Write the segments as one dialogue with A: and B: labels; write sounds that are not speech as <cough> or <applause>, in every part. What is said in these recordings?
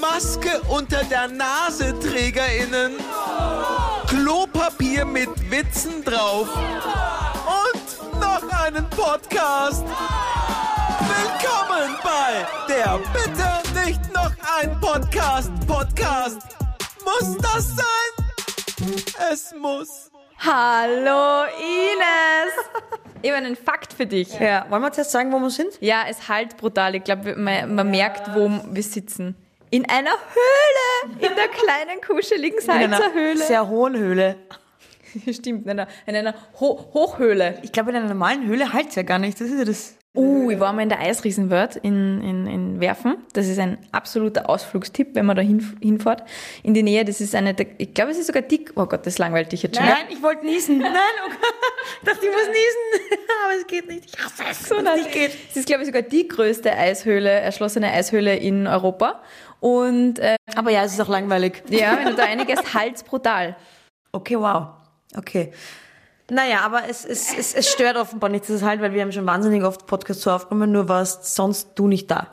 A: Maske unter der Nase TrägerInnen, Klopapier mit Witzen drauf und noch einen Podcast. Willkommen bei der Bitte nicht noch ein Podcast. Podcast. Muss das sein? Es muss.
B: Hallo Ines! Ich habe einen Fakt für dich. Ja,
C: Ja, wollen wir zuerst sagen, wo wir sind?
B: es halt brutal. Ich glaube, man, man merkt, wo wir sitzen. In einer Höhle! In der kleinen, kuscheligen Salzerhöhle.
C: sehr hohen Höhle.
B: <laughs> Stimmt, in einer, in einer Ho Hochhöhle.
C: Ich glaube, in einer normalen Höhle halt ja gar nicht. Das ist ja das.
B: Uh, ich war mal in der Eisriesenwelt in, in, in Werfen. Das ist ein absoluter Ausflugstipp, wenn man da hin, hinfährt. In die Nähe, das ist eine, der- ich glaube, es ist sogar dick. Oh Gott, das langweilt dich jetzt schon.
C: Nein, ich wollte niesen. <laughs> Nein, oh Gott. Ich dachte, ich muss niesen. <laughs> Aber es geht nicht. Ich hasse es.
B: so Also nicht geht. Es ist, glaube ich, sogar die größte Eishöhle, erschlossene Eishöhle in Europa. Und äh,
C: Aber ja, es ist auch langweilig.
B: ja, wenn du da <laughs> reingehst, halt's brutal.
C: Okay, wow. Okay. Naja, aber es, es, es, es stört offenbar nicht, das ist halt, weil wir haben schon wahnsinnig oft Podcasts so aufgenommen, nur warst sonst du nicht da.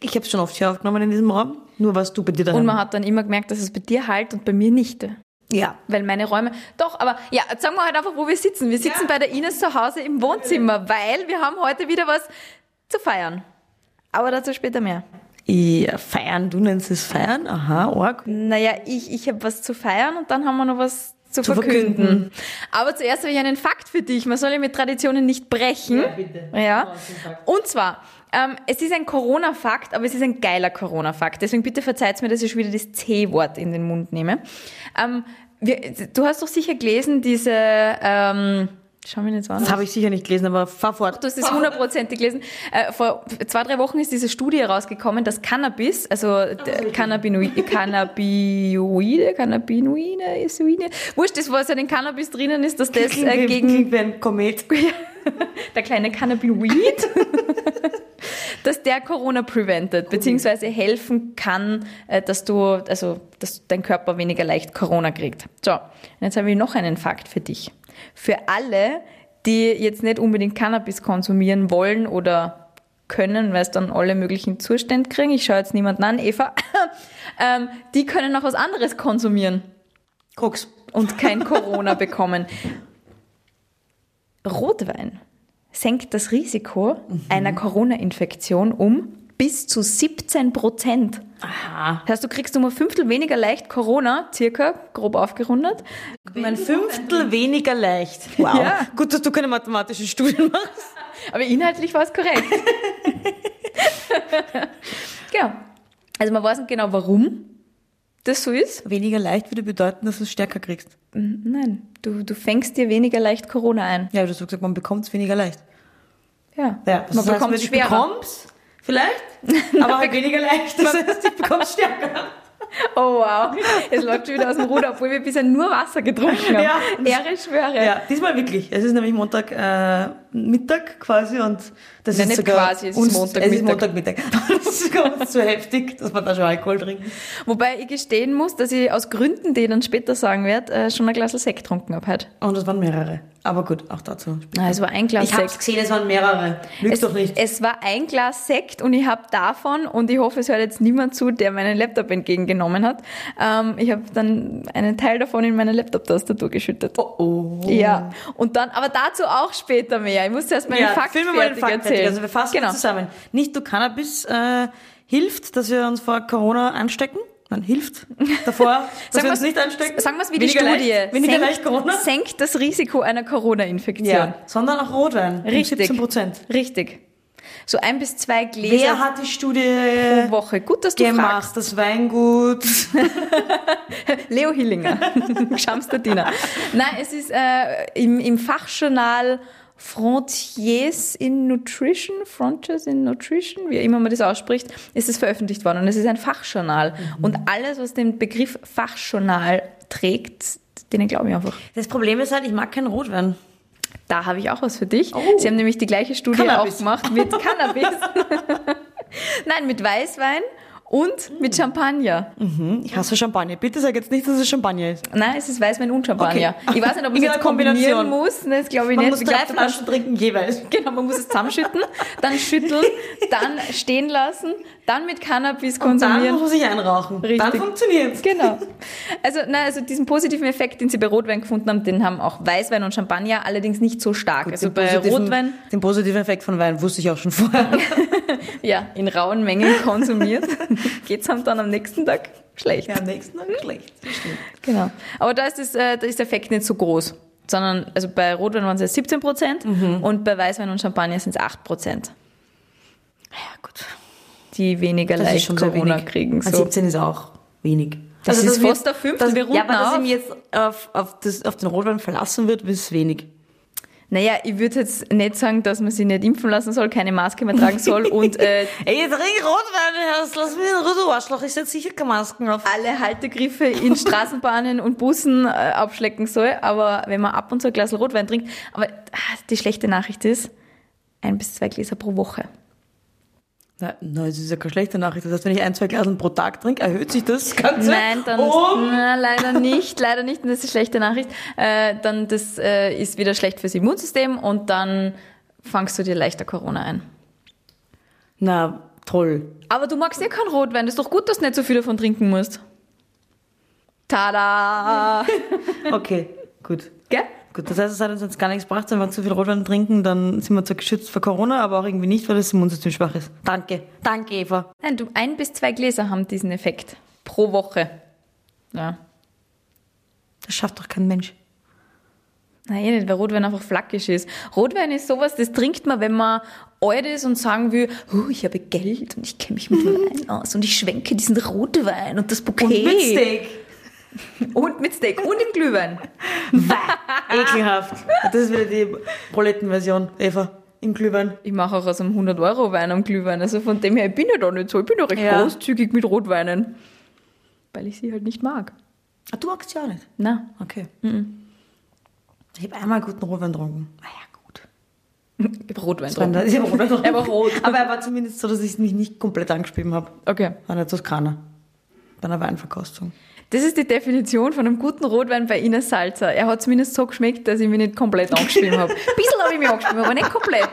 C: Ich habe schon oft hier aufgenommen in diesem Raum, nur warst du bei dir daheim.
B: Und man hat dann immer gemerkt, dass es bei dir halt und bei mir nicht.
C: ja.
B: Weil meine Räume, doch, aber ja, jetzt sagen wir halt einfach, wo wir sitzen. Wir sitzen bei der Ines zu Hause im Wohnzimmer, weil wir haben heute wieder was zu feiern. Aber dazu später mehr.
C: ja, feiern, du nennst es feiern? Aha, org.
B: Naja, ich, ich habe was zu feiern und dann haben wir noch was zu, verkünden.
C: verkünden.
B: Aber zuerst habe ich einen Fakt für dich. Man soll ja mit Traditionen nicht brechen. Ja, bitte. Ja. Und zwar, ähm, es ist ein Corona-Fakt, aber es ist ein geiler Corona-Fakt. Deswegen bitte verzeiht mir, dass ich schon wieder das C-Wort in den Mund nehme. Ähm, wir, du hast doch sicher gelesen, diese... Ähm, schau mir jetzt an.
C: Das habe ich sicher nicht gelesen, aber fahr fort.
B: Du hast es hundertprozentig gelesen. Äh, vor zwei, drei Wochen ist diese Studie herausgekommen, dass Cannabis, also d- Cannabinoide, Cannabinoide, Cannabinoide, Isoide, wurscht, das, was ja in Cannabis drinnen ist, dass das äh,
C: Klingt wie-
B: gegen
C: klingt wie ein Komet.
B: <laughs> der kleine Cannabinoid, <laughs> dass der Corona prevented, beziehungsweise helfen kann, äh, dass du, also, dass dein Körper weniger leicht Corona kriegt. So, und jetzt habe ich noch einen Fakt für dich. Für alle, die jetzt nicht unbedingt Cannabis konsumieren wollen oder können, weil es dann alle möglichen Zustände kriegen. Ich schaue jetzt niemanden an, Eva. <laughs> ähm, die können noch was anderes konsumieren
C: Krux.
B: und kein
C: <laughs>
B: Corona bekommen. Rotwein senkt das Risiko
C: Mhm.
B: einer Corona-Infektion um bis zu 17 Prozent.
C: Aha.
B: Das heißt, du kriegst um ein Fünftel weniger leicht Corona, circa, grob aufgerundet.
C: Mein <laughs> Fünftel weniger leicht. Wow.
B: Ja.
C: Gut, dass du keine mathematischen Studien machst.
B: Aber inhaltlich war es
C: <laughs>
B: korrekt. ja. Also man weiß nicht genau, warum das so ist. Hm,
C: Weniger leicht würde bedeuten, dass du es stärker kriegst.
B: Nein, du, du fängst dir weniger leicht Corona ein.
C: Ja, du hast gesagt, man bekommt es weniger leicht.
B: Ja,
C: Ja,
B: man bekommt es
C: ich
B: schwerer.
C: bekomm's vielleicht,
B: <laughs>
C: aber halt weniger leicht. Das heißt, ich bekomme stärker.
B: Oh wow, es läuft schon wieder aus dem Ruder, obwohl wir bisher nur Wasser getrunken haben.
C: Ja.
B: Ehre schwöre.
C: <laughs> Ja, diesmal wirklich. Es ist nämlich Montag äh, Mittag quasi und das
B: Nein,
C: ist
B: nicht
C: sogar
B: quasi, es ist
C: uns,
B: Montagmittag.
C: Es ist Montagmittag. <laughs> Das ist sogar uns zu heftig, dass man da schon Alkohol trinkt.
B: Wobei ich gestehen muss, dass ich aus Gründen, die ich dann später sagen werde, äh, schon ein Glas Sekt getrunken habe heute.
C: Und es waren mehrere. Aber gut, auch dazu.
B: Nein, es war ein Glas
C: Ich hab's
B: Sekt.
C: gesehen, es waren mehrere. Lügst
B: Es,
C: doch nicht.
B: es war ein Glas Sekt und ich habe davon, und ich hoffe, es hört jetzt niemand zu, der meinen Laptop entgegengenommen hat, ähm, ich habe dann einen Teil davon in meine Laptop-Tastatur geschüttet.
C: Oh oh.
B: Ja, und dann, aber dazu auch später mehr. Ich muss zuerst meinen
C: Ja,
B: Fakt
C: filmen wir mal den
B: fertig
C: Fakt fertig.
B: erzählen.
C: Also wir fassen
B: genau.
C: zusammen. Nicht nur Cannabis äh, hilft, dass wir uns vor Corona anstecken. Man hilft <laughs> davor, dass wir uns
B: wir's-
C: nicht anstecken.
B: Sagen wir es wie die
C: Weniger
B: Studie.
C: Leicht, weniger
B: senkt,
C: leicht Corona.
B: senkt das Risiko einer Corona-Infektion.
C: Ja, sondern auch Rotwein. um
B: Richtig.
C: 17 Prozent.
B: Richtig. So ein bis zwei Gläser
C: Wer hat die Studie
B: pro Woche. Gut, dass du
C: gemacht? Das Weingut. <laughs>
B: fragst. Leo Hillinger, <laughs> Schamstadiner. Nein, es ist äh, im, im Fachjournal Frontiers in Nutrition, Frontiers in Nutrition, wie immer man das ausspricht, ist es veröffentlicht worden. Und es ist ein Fachjournal.
C: Mhm.
B: Und alles, was den Begriff Fachjournal trägt, denen glaube ich einfach.
C: Das Problem ist halt, ich mag keinen Rotwein.
B: Da habe ich auch was für dich. Sie haben nämlich die gleiche Studie
C: Oh. Cannabis.
B: auch gemacht
C: <laughs>
B: mit Cannabis. <laughs> Nein, mit Weißwein und
C: Mm.
B: mit Champagner.
C: Ich hasse Champagner. Bitte sag jetzt nicht, dass es Champagner ist.
B: Nein, es ist Weißwein und Champagner.
C: Okay.
B: Ich weiß nicht, ob man es
C: <laughs> In einer
B: jetzt kombinieren
C: Kombination.
B: muss. ne, Das glaube ich
C: Man
B: nicht.
C: muss
B: ich
C: drei
B: glaub, du kannst- <laughs>
C: Flaschen trinken jeweils. <laughs>
B: Genau, man muss es zusammenschütten, dann schütteln, dann stehen lassen, Dann mit Cannabis
C: Und dann muss
B: konsumieren.
C: man sich einrauchen. Dann
B: Richtig. <laughs>
C: funktioniert's.
B: Genau. Also, na, also diesen positiven Effekt, den sie bei Rotwein gefunden haben, den haben auch Weißwein und Champagner, allerdings nicht so stark. also
C: Den
B: bei
C: positiven-
B: Rotwein
C: Den positiven Effekt von Wein wusste ich auch schon <laughs> vorher.
B: ja, in rauen
C: <laughs>
B: Mengen konsumiert, geht's einem dann am nächsten Tag schlecht.
C: am nächsten Tag schlecht.
B: Genau. Aber da ist, das, äh, da ist der Effekt nicht so groß. Sondern, also bei Rotwein waren es ja 17 Prozent
C: Mhm.
B: und bei Weißwein und Champagner sind es 8 Prozent,
C: Ja, gut.
B: die weniger
C: Das ist
B: leicht
C: schon sehr
B: Corona
C: wenig.
B: kriegen.
C: Also
B: So.
C: 17 ist auch wenig.
B: Das ist
C: Also dass wir
B: fast
C: jetzt-
B: der Fünfte,
C: dass-
B: wir runden
C: Ja, aber dass
B: auf.
C: ich mich jetzt auf, auf, das, auf den Rotwein verlassen wird, ist wenig.
B: Naja, ich würde jetzt nicht sagen, dass man sich nicht impfen lassen soll, keine Maske mehr tragen soll und
C: <laughs>
B: äh,
C: Ey, jetzt trink Rotwein, Herz, lass mich in Ruhe, du Arschloch. Ich setze sicher keine Masken auf.
B: alle Haltegriffe in Straßenbahnen und Bussen äh, abschlecken soll. Aber wenn man ab und zu ein Glas Rotwein trinkt, aber ah, die schlechte Nachricht ist, ein bis zwei Gläser pro Woche.
C: Na, na, das ist ja keine schlechte Nachricht. Das heißt, wenn ich ein, zwei Glasen pro Tag trinke, erhöht sich das Ganze.
B: Nein, dann
C: um
B: na, leider nicht, leider nicht, und das ist eine schlechte Nachricht. Äh, dann das äh, ist wieder schlecht fürs Immunsystem und dann fangst du dir leichter Corona ein.
C: Na, toll.
B: Aber du magst eh keinen Rotwein, das ist doch gut, dass du nicht so viel davon trinken musst. Tada!
C: Okay, <laughs> gut.
B: Gell?
C: Gut, das heißt, es hat uns jetzt gar nichts gebracht, wenn wir zu viel Rotwein trinken, dann sind wir zwar geschützt vor Corona, aber auch irgendwie nicht, weil das Immunsystem schwach ist. Danke. Danke, Eva.
B: Nein, du, ein bis zwei Gläser haben diesen Effekt pro Woche. Ja.
C: Das schafft doch kein Mensch.
B: Nein, eh nicht, weil Rotwein einfach flackisch ist. Rotwein ist sowas, das trinkt man, wenn man alt ist und sagen will, oh, ich habe Geld und ich kenne mich mit Wein aus und ich schwenke diesen Rotwein und das Bouquet. Und mit Steak und im Glühwein.
C: <laughs> Ekelhaft. Das ist wieder die Proletenversion, Eva. Im Glühwein.
B: Ich mache auch aus einem 100-Euro-Wein am Glühwein. Also von dem her, ich bin ja da nicht so. Ich bin ja recht
C: Ja.
B: großzügig mit Rotweinen. Weil ich sie halt nicht mag.
C: Ah, du magst ja auch nicht.
B: Na,
C: Okay. Ich habe einmal guten Rotwein getrunken. Na Ah ja, gut.
B: ich hab Rotwein
C: Ich hab
B: drin.
C: <laughs> Rotwein getrunken.
B: Er war rot.
C: Aber er war zumindest so, dass ich mich nicht komplett angespielt habe.
B: Okay.
C: War eine Toskana. Bei einer Weinverkostung.
B: Das ist die Definition von einem guten Rotwein bei Ines Salzer. Er hat zumindest so geschmeckt, dass ich mich nicht komplett angeschrieben habe. Bissl habe ich mich angeschrieben, aber nicht komplett.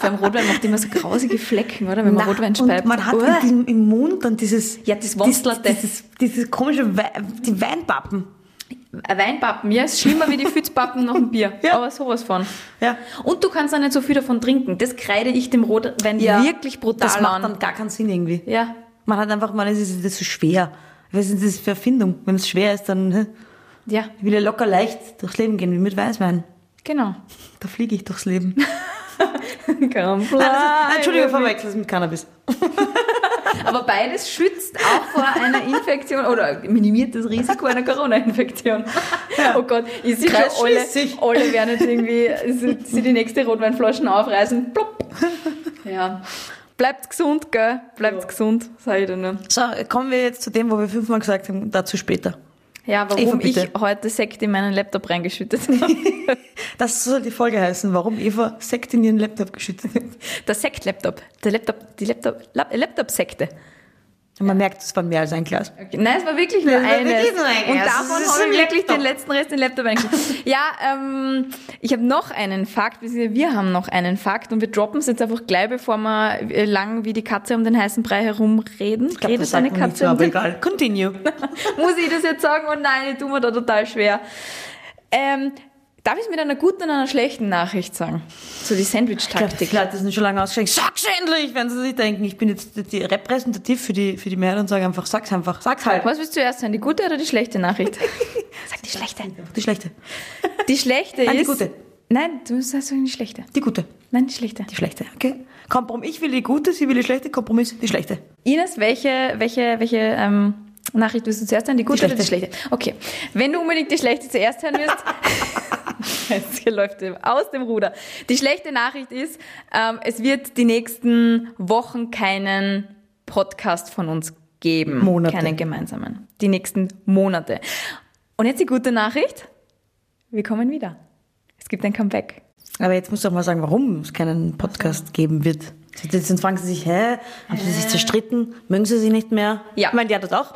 B: Vor allem Rotwein macht immer so grausige Flecken, oder? Wenn man
C: Na,
B: Rotwein
C: und
B: speibt.
C: Man hat halt
B: Uah.
C: in diesem, im Mund dann dieses.
B: Ja, das Wamslerte.
C: Dieses, dieses komische Wei die Weinpappen.
B: Ein Weinpappen, ja, ist schlimmer wie die Fützpappen nach dem Bier.
C: Ja.
B: Aber sowas von.
C: Ja.
B: Und du kannst auch nicht so viel davon trinken. Das kreide ich dem Rotwein wirklich brutal
C: Das macht
B: an.
C: dann gar keinen Sinn irgendwie.
B: ja.
C: Man hat einfach, man ist es das ist so schwer. Was ist das für Erfindung? Wenn es schwer ist, dann hä,
B: Ja,
C: will ich locker leicht durchs Leben gehen, wie mit Weißwein. <laughs>
B: genau.
C: Da fliege ich durchs <laughs> Leben.
B: Come
C: Nein, das ist, Entschuldigung,
B: with me.
C: verwechsel es mit Cannabis.
B: Aber beides schützt auch vor einer Infektion oder minimiert das Risiko einer Corona-Infektion. Oh Gott, ich sehe
C: Kreis
B: schon alle,
C: schließt sich.
B: alle werden jetzt irgendwie sie die nächste Rotweinflaschen aufreißen. Plopp. Ja. Bleibt gesund, gell? Bleibt gesund, sag ich dir nur.
C: So, kommen wir jetzt zu dem, wo wir fünfmal gesagt haben, dazu später.
B: Ja,
C: Eva,
B: warum ich
C: bitte.
B: heute Sekt in meinen Laptop reingeschüttet <laughs> habe.
C: Das soll die Folge heißen, warum Eva Sekt in ihren Laptop geschüttet hat.
B: Der Sekt-Laptop. Der Laptop, die Laptop, Lap- Laptop-Sekte.
C: Man merkt, es war mehr als ein Glas.
B: Nein, es war wirklich nur
C: Das war
B: eines.
C: wirklich nur ein
B: Und
C: Glas.
B: davon
C: Das ist
B: habe
C: ein
B: ich wirklich
C: Laptop.
B: den letzten Rest in den Laptop
C: <laughs>
B: eingeschickt. ja, ähm, ich habe noch einen Fakt. beziehungsweise Wir haben noch einen Fakt und wir droppen es jetzt einfach gleich, bevor wir äh, lang wie die Katze um den heißen Brei herumreden.
C: Ich glaube, das
B: Redet eine
C: sagt man nicht
B: Katze
C: so,
B: um
C: aber
B: den
C: egal. <laughs> Continue.
B: <laughs> Muss ich das jetzt sagen? Oh nein, ich tue mir da total schwer. Ähm, darf ich es mit einer guten und einer schlechten Nachricht sagen? So die
C: Die
B: Sandwich-Taktik.
C: Leute sind schon lange ausgeschenkt. Sag's endlich, wenn sie sich denken. Ich bin jetzt die- die repräsentativ für die, für die Mehrheit und sage einfach, sag's einfach, sag's halt.
B: Was willst du erst sein, die gute oder die schlechte
C: <laughs>
B: Nachricht? Sag die schlechte.
C: Die schlechte.
B: Die schlechte
C: Nein,
B: ist...
C: die gute.
B: Nein, du musst sagen, die schlechte.
C: Die gute.
B: Nein, die schlechte.
C: Die schlechte, okay? Kompromiss, ich will die gute, sie will die schlechte, Kompromiss, die schlechte.
B: Ines, welche, welche, welche ähm, Nachricht willst du zuerst hören? Die gute
C: Die
B: oder die schlechte? Okay. Wenn du unbedingt die schlechte zuerst hören
C: <laughs>
B: wirst. Jetzt hier läuft dem- aus dem Ruder. Die schlechte Nachricht ist, ähm, es wird die nächsten Wochen keinen Podcast von uns geben.
C: Monate.
B: Keinen gemeinsamen. Die nächsten Monate. Und jetzt die gute Nachricht. Wir kommen wieder. Es gibt ein Comeback.
C: Aber jetzt musst du doch mal sagen, warum es keinen Podcast geben wird. Jetzt- Jetzt fragen sie sich, hä? Haben sie sich zerstritten? Mögen sie sich nicht mehr?
B: Ja.
C: Ich meine, die hat
B: <laughs>
C: das auch.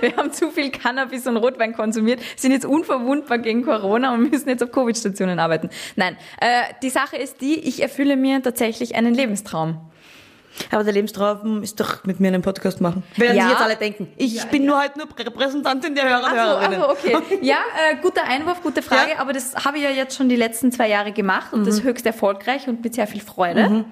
B: Wir haben zu viel Cannabis und Rotwein konsumiert, sind jetzt unverwundbar gegen Corona und müssen jetzt auf Covid-Stationen arbeiten. Nein, äh, die Sache ist die, ich erfülle mir tatsächlich einen Lebenstraum.
C: Aber der Lebenstraum ist doch mit mir einen Podcast machen. Werden
B: Ja.
C: sich jetzt alle denken. Ich bin nur halt nur Repräsentantin der Hörer und Hörerinnen.
B: Also, okay. <laughs> Ja, äh, guter Einwurf, gute Frage,
C: Ja.
B: aber das habe ich ja jetzt schon die letzten zwei Jahre gemacht und das höchst erfolgreich und mit sehr viel Freude.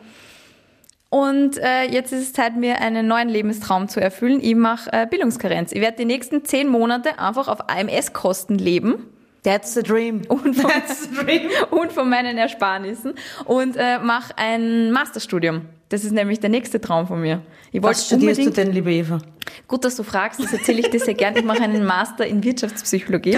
B: Und äh, jetzt ist es Zeit, mir einen neuen Lebenstraum zu erfüllen. Ich mache äh, Bildungskarenz. Ich werde die nächsten zehn Monate einfach auf AMS-Kosten leben
C: That's the dream.
B: und von,
C: That's the dream.
B: <laughs> und von meinen Ersparnissen und äh, mache ein Masterstudium. Das ist nämlich der nächste Traum von mir. Ich wollte
C: Was studierst
B: unbedingt,
C: du denn, liebe Eva?
B: Gut, dass du fragst, das erzähle ich dir sehr gern. Ich mache einen Master in
C: <gasps>
B: Wirtschaftspsychologie.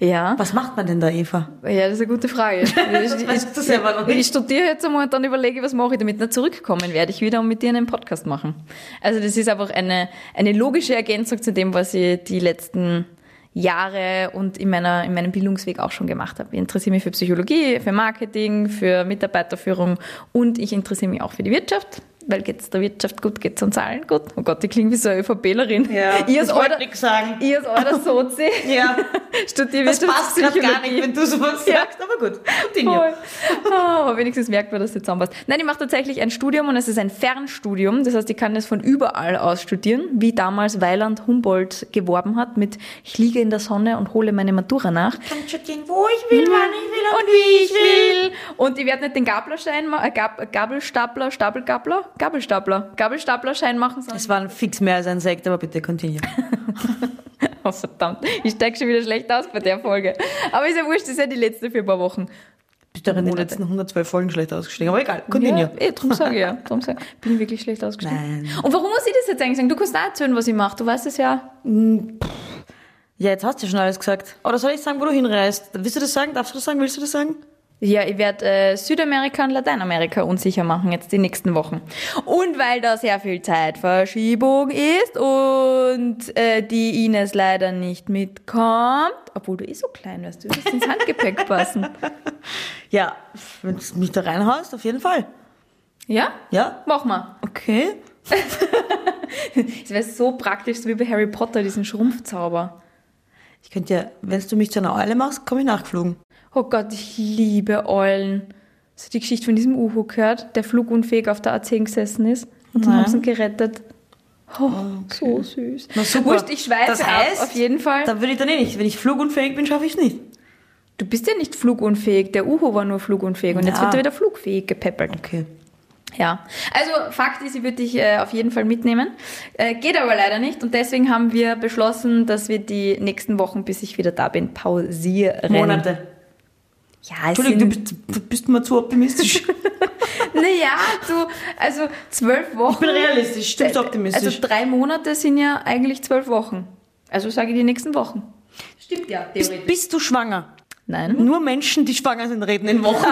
B: Ja.
C: Was macht man denn da, Eva?
B: Ja, das ist eine gute Frage. Ich,
C: weißt du selber noch
B: ich,
C: nicht.
B: ich studiere jetzt einmal und dann überlege, ich, was mache ich damit. Na, zurückkommen werde ich wieder und mit dir einen Podcast machen. Also das ist einfach eine, eine logische Ergänzung zu dem, was ich die letzten Jahre und in, meiner, in meinem Bildungsweg auch schon gemacht habe. Ich interessiere mich für Psychologie, für Marketing, für Mitarbeiterführung und ich interessiere mich auch für die Wirtschaft. Weil geht's der Wirtschaft gut, geht's uns allen gut. Oh Gott, die klingt wie so eine ÖVPlerin. ihr als euer,
C: nichts sagen.
B: ihr als euer Sozi <laughs>
C: Ja.
B: studiert
C: Das passt gerade gar
B: Wirtschaftspsychologie.
C: nicht, wenn du sowas
B: Ja.
C: sagst, aber gut. Continue.
B: Voll. Ah, aber wenigstens merkt man, dass das zusammenpasst. Nein, ich mache tatsächlich ein Studium und es ist ein Fernstudium. Das heißt, ich kann das von überall aus studieren, wie damals Weiland Humboldt geworben hat mit Ich liege in der Sonne und hole meine Matura nach.
C: Ich kann studieren, wo ich will, wann ich will
B: Und wie ich will. Und ich werde nicht den Gablerschein, ma- äh, Gab, Gabelstapler, Stapelgabler, Gabelstapler, Gabelstaplerschein machen, sondern
C: Es waren fix mehr als ein Sekt, aber
B: <laughs>
C: bitte continue.
B: Oh, verdammt, ich steig schon wieder schlecht aus bei der Folge. Aber ist ja wurscht, das ist ja die letzte für ein paar Wochen.
C: Bist doch in den letzten 112 Folgen schlecht ausgestiegen, aber egal, continue.
B: Ja, eh, drum sage ich ja. Drum sag, ich. bin ich wirklich schlecht ausgestiegen.
C: Nein.
B: Und warum muss ich das jetzt eigentlich sagen? Du kannst auch erzählen, was ich mache. Du weißt es ja.
C: Ja, jetzt hast du schon alles gesagt. Oder soll ich sagen, wo du hinreist? Willst du das sagen? Darfst du das sagen? Willst du das sagen?
B: Ja, ich werde äh, Südamerika und Lateinamerika unsicher machen jetzt die nächsten Wochen. Und weil da sehr viel Zeitverschiebung ist und äh, die Ines leider nicht mitkommt, obwohl du eh so klein wirst, du wirst ins Handgepäck passen.
C: Ja, wenn du mich da reinhaust, auf jeden Fall.
B: Ja?
C: Ja?
B: Mach mal.
C: Okay.
B: Es wäre so praktisch, so wie bei Harry Potter, diesen Schrumpfzauber.
C: Ich könnte ja, wenn du mich zu einer Eule machst, komme ich nachgeflogen.
B: Oh Gott, ich liebe Eulen. Hast du die Geschichte von diesem Uhu gehört, der flugunfähig auf der A10 gesessen ist? Und dann
C: Nein.
B: haben sie ihn gerettet. Oh, so süß.
C: Na super.
B: Wurscht, ich schweife
C: Das heißt,
B: ab, auf jeden Fall.
C: Dann würde ich dann eh nicht. Wenn ich flugunfähig bin, schaffe ich es nicht.
B: Du bist ja nicht flugunfähig, der Uhu war nur flugunfähig und jetzt
C: Ja.
B: wird er wieder flugfähig gepäppelt.
C: Okay.
B: Ja, also Fakt ist, ich würde dich äh, auf jeden Fall mitnehmen. Äh, geht aber leider nicht und deswegen haben wir beschlossen, dass wir die nächsten Wochen, bis ich wieder da bin, pausieren.
C: Monate.
B: Ja, es sind
C: Entschuldigung, du bist, du bist mal zu <laughs> optimistisch.
B: Naja, du, also zwölf Wochen.
C: Ich bin realistisch, du bist optimistisch.
B: Also drei Monate sind ja eigentlich zwölf Wochen. Also sage ich die nächsten Wochen. Stimmt ja,
C: bist, bist du schwanger?
B: Nein.
C: Nur Menschen, die schwanger sind, reden in Wochen.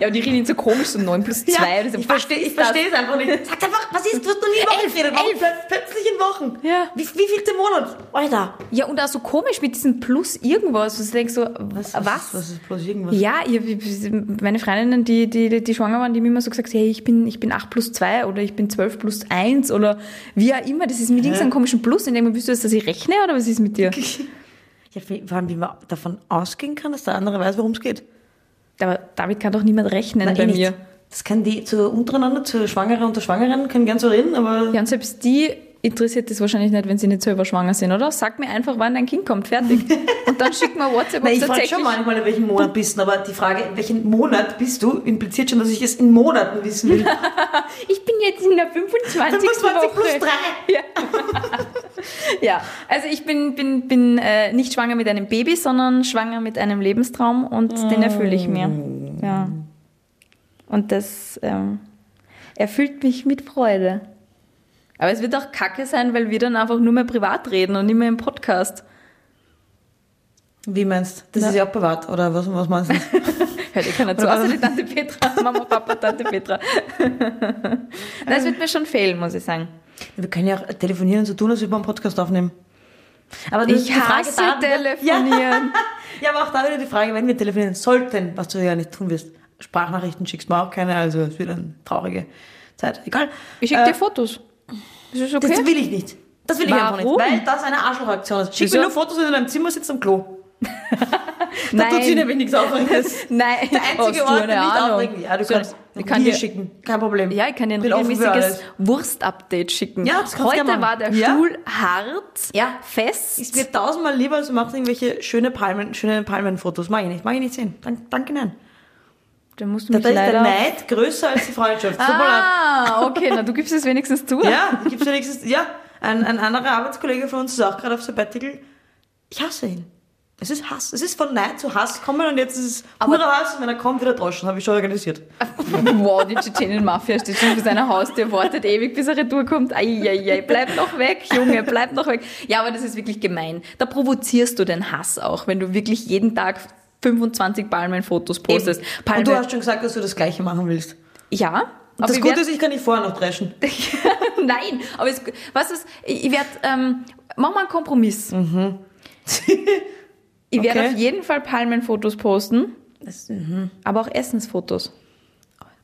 B: Ja, und die reden so komisch, so neun <laughs> plus zwei.
C: Ja,
B: das ist-
C: ich verstehe ich
B: das?
C: verstehe es einfach <laughs> nicht. Sag einfach, was ist, du hast noch nie Wochen
B: Elf,
C: geredet. Warum
B: elf.
C: plöt- Plötzlich in Wochen.
B: Ja.
C: Wie, wie viel der Monat? Alter.
B: ja, und auch so komisch mit diesem Plus irgendwas. Und ich denke so, was?
C: ist- Was ist bloß irgendwas?
B: Ja, ich, meine Freundinnen, die, die, die schwanger waren, die haben immer so gesagt, hey, ich bin, ich bin 8 plus 2 oder ich bin 12 plus 1 oder wie auch immer. Das ist mit irgendeinem komischen Plus. Und ich denke mir, willst du jetzt, dass ich rechne oder was ist mit <laughs> dir?
C: Ja, wie- vor allem, wie man davon ausgehen kann, dass der andere weiß, worum es geht.
B: Aber damit kann doch niemand rechnen
C: Nein,
B: bei
C: eh nicht.
B: mir.
C: Das kann die zu untereinander, zu Schwangere unter Schwangeren, können gern so reden, aber
B: Ja, und selbst die interessiert das wahrscheinlich nicht, wenn sie nicht selber schwanger sind, oder? Sag mir einfach, wann dein Kind kommt,
C: <laughs>
B: fertig. Und dann schick mir WhatsApp, ob
C: Nein, ich
B: es
C: frage
B: tatsächlich...
C: schon manchmal, in welchem Monat bist du, aber die Frage, in welchem Monat bist du, impliziert schon, dass ich es in Monaten wissen
B: <laughs>
C: will.
B: Ich bin jetzt in der 25.
C: 25
B: Woche.
C: plus 3.
B: Ja. ja, also ich bin, bin, bin äh, nicht schwanger mit einem Baby, sondern schwanger mit einem Lebenstraum und den erfülle ich mir.
C: Mm.
B: Ja. Und das ähm, erfüllt mich mit Freude. Aber es wird auch kacke sein, weil wir dann einfach nur mehr privat reden und nicht mehr im Podcast.
C: Wie meinst du? Das
B: Na.
C: ist ja auch privat, oder was, was meinst <laughs> du?
B: Hört ihr keiner zu, außer die Tante Petra, Mama, Papa, Tante <laughs> Petra. Das wird mir schon fehlen, muss ich sagen.
C: Wir können ja auch telefonieren und so tun, als würden wir einen Podcast aufnehmen. Aber das
B: Ich
C: ist die Frage
B: hasse
C: da,
B: telefonieren.
C: Ja. ja, aber auch da wieder die Frage, wenn wir telefonieren sollten, was du ja nicht tun wirst. Sprachnachrichten schickst du mir auch keine, also es wird eine traurige Zeit. Egal.
B: <laughs> Ich schicke
C: Äh,
B: dir Fotos. Das ist okay.
C: Das will ich nicht. Das will ich einfach
B: Warum?
C: nicht. Weil das eine Arschlochaktion ist. Schick
B: Wieso?
C: mir nur Fotos, wenn du in deinem Zimmer sitzt am Klo. Da
B: Nein.
C: tut sie nämlich nichts <laughs> Aufregendes.
B: Nein,
C: Der
B: <laughs> Hast du
C: einzige Ort,
B: eine
C: der nicht
B: Ahnung?
C: aufregend Ja, du
B: So,
C: kannst
B: ich kann
C: mir
B: dir,
C: schicken. Kein Problem.
B: ja, ich kann dir ein
C: Bin offen für
B: regelmäßiges
C: alles.
B: Wurst-Update schicken.
C: Ja, das kannst du
B: Heute
C: gerne machen.
B: war der
C: Ja.
B: Stuhl hart,
C: Ja.
B: fest.
C: Ist mir tausendmal lieber, als du machst irgendwelche schöne Palmen, schöne Palmenfotos. Mag ich nicht, mag ich nicht sehen. Dank, danke, nein.
B: da musst du
C: Da
B: mich
C: da ist der
B: leider...
C: Neid größer als die Freundschaft. Tut mir leid.
B: ah, okay, na du gibst es wenigstens zu.
C: Ja, gibt's ja nächstes. Ja, ein, ein anderer Arbeitskollege von uns ist auch gerade auf Sabbatical. Ich hasse ihn. Es ist Hass. Es ist von Neid zu Hass kommen und jetzt ist es
B: Aber-
C: purer Hass und wenn er kommt, wieder droschen. Habe ich schon organisiert.
B: <laughs> Wow, die Tschetschenien-Mafia steht schon vor seiner Haustür, wartet ewig, bis er retour kommt. Eieiei, bleib noch weg, Junge, bleib noch weg. Ja, aber das ist wirklich gemein. Da provozierst du den Hass auch, wenn du wirklich jeden Tag 25 Palmenfotos postest. Palmen,
C: Und du hast schon gesagt, dass du das Gleiche machen willst.
B: ja,
C: Und das
B: ich
C: Gute
B: werd-
C: ist, ich kann dich vorher noch
B: <laughs>
C: dreschen.
B: Nein, aber es, was ist, ich werde, ähm, mach mal einen Kompromiss. ich werde
C: Mhm. Okay.
B: auf jeden Fall Palmenfotos posten, aber auch Essensfotos.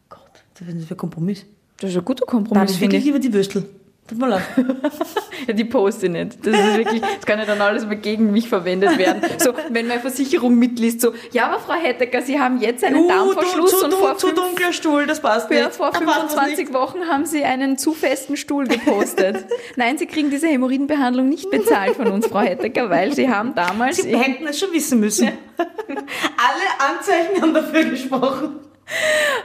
C: Gott, das ist ein Kompromiss.
B: Das ist ein guter
C: Dann
B: Kompromiss,
C: ist
B: finde ich.
C: wirklich lieber die Würstel. Tut mir
B: <laughs>
C: leid.
B: Ja, <laughs> die poste ich nicht. Das ist wirklich, das kann ja dann alles mal gegen mich verwendet werden. So, wenn meine Versicherung mitliest, so, ja, aber Frau Hettecker, Sie haben jetzt einen Darmverschluss
C: zu, Uh, zu,
B: und vor,
C: zu
B: fünf,
C: dunkler Stuhl, das passt
B: ja,
C: nicht.
B: vor
C: Da passt was
B: 25 Wochen haben Sie einen zu festen Stuhl
C: <laughs>
B: gepostet. Nein, Sie kriegen diese Hämorrhoidenbehandlung nicht bezahlt von uns, Frau Hettecker, weil Sie haben damals...
C: nicht. Sie hätten es schon wissen müssen. <laughs> Alle Anzeichen haben dafür gesprochen.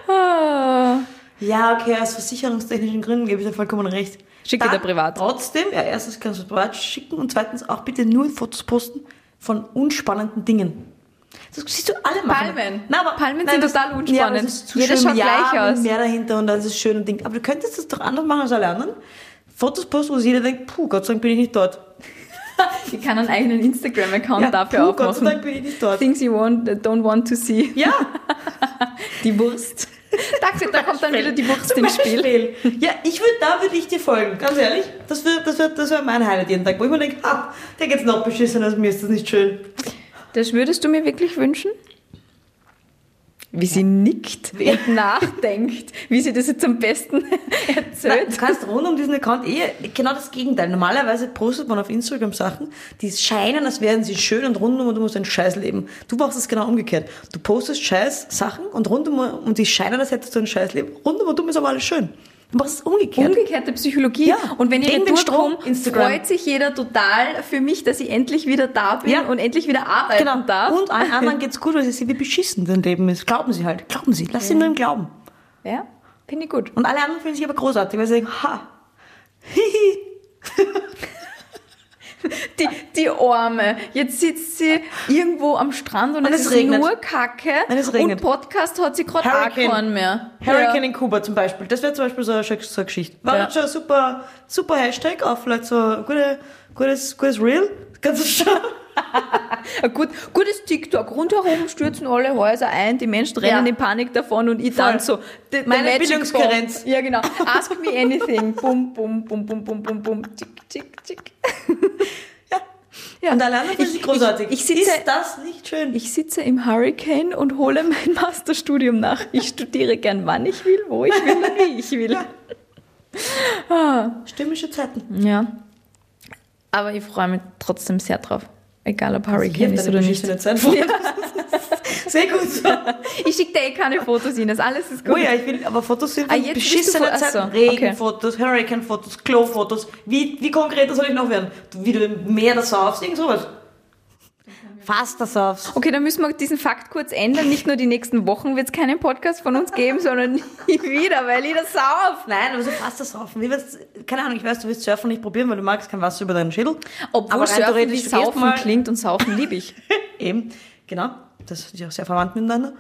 B: Ah.
C: Ja, okay, aus versicherungstechnischen Gründen gebe ich dir vollkommen recht.
B: Schick dir
C: Dann
B: da privat.
C: Trotzdem, ja, erstens kannst du es privat schicken und zweitens auch bitte nur Fotos posten von unspannenden Dingen. Das siehst du alle machen.
B: Palmen.
C: Nein, aber,
B: Palmen
C: nein,
B: sind
C: das-
B: total unspannend.
C: Ja, aber das ist zu
B: Jedes
C: schön.
B: schaut
C: ja,
B: gleich
C: mit
B: aus.
C: Meer dahinter und das ist schön und Ding. Aber du könntest das doch anders machen als alle anderen. Fotos posten, wo jeder denkt, puh, Gott sei Dank bin ich nicht dort.
B: Ich kann einen eigenen Instagram-Account dafür
C: puh, Gott sei
B: aufmachen.
C: Dank bin ich
B: <laughs>
C: nicht dort.
B: Things you want, don't want to see.
C: <laughs> Ja,
B: Die <laughs> Wurst. Da, da kommt dann wieder die Wurst
C: zum
B: ins Spiel.
C: Beispiel. Ja, ich würde, da würde ich dir folgen, ganz ehrlich. Das wäre das wär, das wär mein Highlight jeden Tag, wo ich mir denke, ah, der geht's noch beschissen als mir, ist das nicht schön.
B: Das würdest du mir wirklich wünschen? Wie sie nickt und nachdenkt, wie sie das jetzt am besten <laughs>
C: Nein,
B: erzählt.
C: du kannst rund um diesen Account eh genau das Gegenteil. Normalerweise postet man auf Instagram Sachen, die scheinen, als wären sie schön und rundum und du musst einen Scheiß leben. Du machst es genau umgekehrt. Du postest Scheiß Sachen und rundum und die scheinen, als hättest du einen Scheiß leben. Rundum und dumm ist aber alles schön. Du machst es umgekehrt.
B: Umgekehrte Psychologie.
C: Ja,
B: und wenn ich
C: gegen den
B: retour
C: Strom,
B: komme,
C: Instagram.
B: freut sich jeder total für mich, dass ich endlich wieder da bin
C: Ja.
B: und endlich wieder arbeiten
C: genau.
B: darf.
C: Und allen anderen geht's gut, weil sie sehen, wie beschissen dein Leben ist. Glauben sie halt. Glauben sie. Lass sie nur im Glauben.
B: <laughs> ja, finde ich gut.
C: Und alle anderen fühlen sich aber großartig, weil sie denken, ha, hihi.
B: Die, die Arme. Jetzt sitzt sie irgendwo am Strand und,
C: Und
B: es,
C: es
B: ist
C: regnet.
B: nur Kacke.
C: Und es regnet.
B: Und Podcast hat sie gerade auch
C: Hurricane.
B: keinen mehr.
C: Hurricane
B: Ja.
C: in Kuba zum Beispiel. Das wäre zum Beispiel so eine, Sch- so eine Geschichte. War
B: Ja.
C: jetzt schon ein super, super Hashtag, auch vielleicht so ein gute, gutes, gutes Reel. Das Kannst
B: <laughs>
C: du schon.
B: Ein gut, gutes TikTok. Rundherum stürzen alle Häuser ein, die Menschen rennen
C: Ja.
B: in Panik davon und ich dann so. the- the
C: Meine
B: magic
C: Bildungskarenz.
B: bomb. Ja, genau. Ask me
C: <laughs>
B: anything. Bum, bum, bum, bum, bum, bum, bum. Tick, tick, tick. ja.
C: Und alle anderen finden sich großartig.
B: Ich, ich, sitze,
C: Ist das nicht schön?
B: ich sitze im Hurricane und hole mein Masterstudium nach. Ich studiere gern, wann ich will, wo ich will und wie ich
C: <laughs>
B: will. Ah.
C: Stürmische Zeiten.
B: Ja. Aber ich freue mich trotzdem sehr drauf. Egal ob Hurricane ist
C: hilft Also deine
B: oder nicht.
C: Geschichte nicht sein.
B: <laughs>
C: Sehr gut so.
B: Ich schicke dir eh keine Fotos, Ines. Alles ist
C: Oh
B: gut.
C: ja, ich will, aber Fotos sind
B: Ah,
C: von
B: jetzt bist du
C: beschissene
B: vor- ach so,
C: Zeiten.
B: okay.
C: Regenfotos, Hurricane-Fotos, Klo-Fotos. Wie, wie konkret soll ich noch werden? Du, wie du im Meer das saufst, irgend sowas. Fast das saufst.
B: Okay, dann müssen wir diesen Fakt kurz ändern. Nicht nur die nächsten Wochen wird es keinen Podcast von uns geben, sondern <laughs> nie wieder, weil ich das sauf.
C: Nein, aber so passt das auf. Wie wirst- Keine Ahnung, ich weiß, du willst Surfen nicht probieren, weil du magst kein Wasser über
B: <laughs>
C: deinen Schädel.
B: Obwohl
C: Aber rein
B: Surfen wie
C: theoretisch, du gehst
B: Saufen
C: mal-
B: klingt und Saufen liebe ich.
C: Eben, genau. Das ist ja auch sehr verwandt miteinander.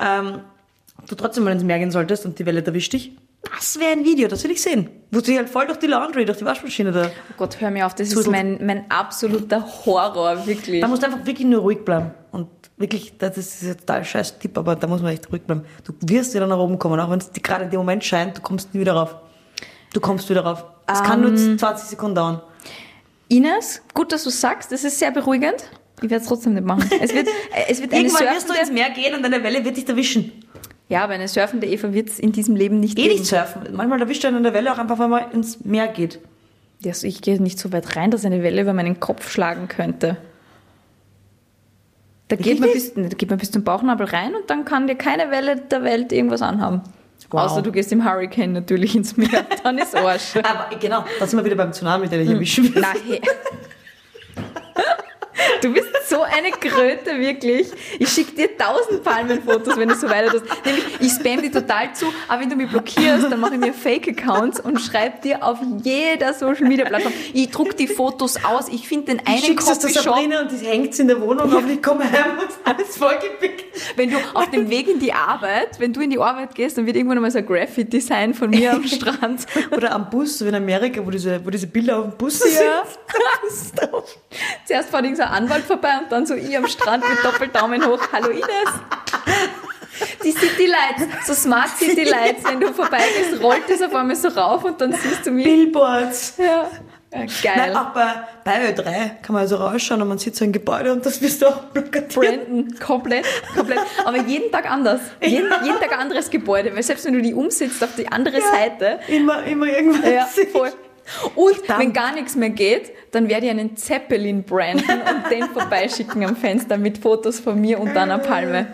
C: Ähm, ob du trotzdem mal ins Meer gehen solltest und die Welle erwischt dich. Das wäre ein Video, das will ich sehen. Wo du dich halt voll durch die Laundry, durch die Waschmaschine
B: <laughs>
C: da.
B: Oh Gott, hör mir auf, das ist
C: Zudel.
B: mein, mein absoluter Horror, wirklich.
C: Da musst du einfach wirklich nur ruhig bleiben. Und wirklich, das ist jetzt total scheiß Tipp, aber da muss man echt ruhig bleiben. Du wirst wieder nach oben kommen, auch wenn es dir gerade in dem Moment scheint, du kommst nie wieder rauf. Du kommst wieder rauf. Es kann nur
B: Ähm,
C: 20 Sekunden dauern.
B: Ines, gut, dass du sagst, das ist sehr beruhigend. Ich werde es trotzdem nicht machen. Es wird, äh, es wird eine
C: Irgendwann wirst du
B: surfende,
C: ins Meer gehen und eine Welle wird dich erwischen.
B: ja, aber eine surfende Eva wird es in diesem Leben nicht
C: Geh
B: geben.
C: nicht surfen. Manchmal erwischt einen an der Welle auch einfach, wenn man ins Meer geht.
B: Ja, also ich gehe nicht so weit rein, dass eine Welle über meinen Kopf schlagen könnte. Da geht, man
C: Wirklich?
B: bis, nee, da geht man bis zum Bauchnabel rein und dann kann dir keine Welle der Welt irgendwas anhaben.
C: Wow.
B: Außer du gehst im Hurricane natürlich ins Meer, <laughs> dann ist Arsch.
C: Aber genau, da sind wir wieder beim Tsunami, den ich
B: Hm.
C: erwischen will.
B: Na, hey. Du bist so eine Kröte, wirklich. Ich schicke dir tausend Palmenfotos, wenn du so weiter tust. Nämlich, ich spam dir total zu, aber wenn du mich blockierst, dann mache ich mir Fake-Accounts und schreibe dir auf jeder Social-Media-Plattform. Ich druck die Fotos aus, ich finde den einen
C: Schickst es zu
B: Copyshop.
C: Sabrina und die hängt's in der Wohnung auf, ich komme heim und ist alles vollgepickt.
B: Wenn du auf dem Weg in die Arbeit, wenn du in die Arbeit gehst, dann wird irgendwann mal so ein Graffiti sein von mir am Strand.
C: Oder am Bus, so wie in Amerika, wo diese, wo diese Bilder auf dem Bus
B: <laughs> Ja.
C: sind. Da bist du drauf.
B: Zuerst fährt irgend so ein Anwalt vorbei und dann so ich am Strand mit Doppeldaumen hoch. Hallo Ines. Die City Lights, so Smart City Lights, wenn du vorbeigehst, rollt das auf einmal so rauf und dann siehst du mich.
C: Billboards.
B: Ja. Ja,
C: Nein,
B: Geil.
C: auch bei, bei Ö3 kann man also rausschauen und man sieht so ein Gebäude und das wirst du auch plakatiert.
B: Brandon, komplett, komplett. Aber jeden Tag anders. Jeden, jeden Tag ein anderes Gebäude, weil selbst wenn du die umsitzt auf die andere Seite,
C: Immer, immer irgendwas. <laughs>
B: Ja,
C: sehen.
B: voll. Und
C: Dann-
B: wenn gar nichts mehr geht, dann werde ich einen Zeppelin branden und den vorbeischicken am Fenster mit Fotos von mir und einer Palme.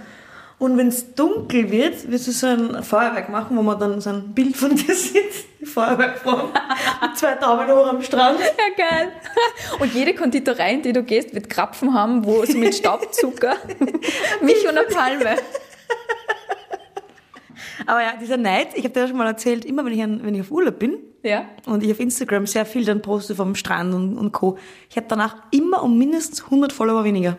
C: Und wenn es dunkel wird, wirst du so ein Feuerwerk machen, wo man dann so ein Bild von dir sieht, die Feuerwerkform, mit zwei Daumen hoch am Strand.
B: Ja, geil. <laughs> Und jede Konditorei, in die du gehst, wird Krapfen haben, wo so mit Staubzucker, <laughs> mich und eine Palme.
C: Aber ja, dieser Neid, ich habe dir ja schon mal erzählt, immer wenn ich, an, wenn ich auf Urlaub bin
B: Ja.
C: und ich auf Instagram sehr viel dann poste vom Strand und, und Co., ich habe danach immer um mindestens 100 Follower weniger.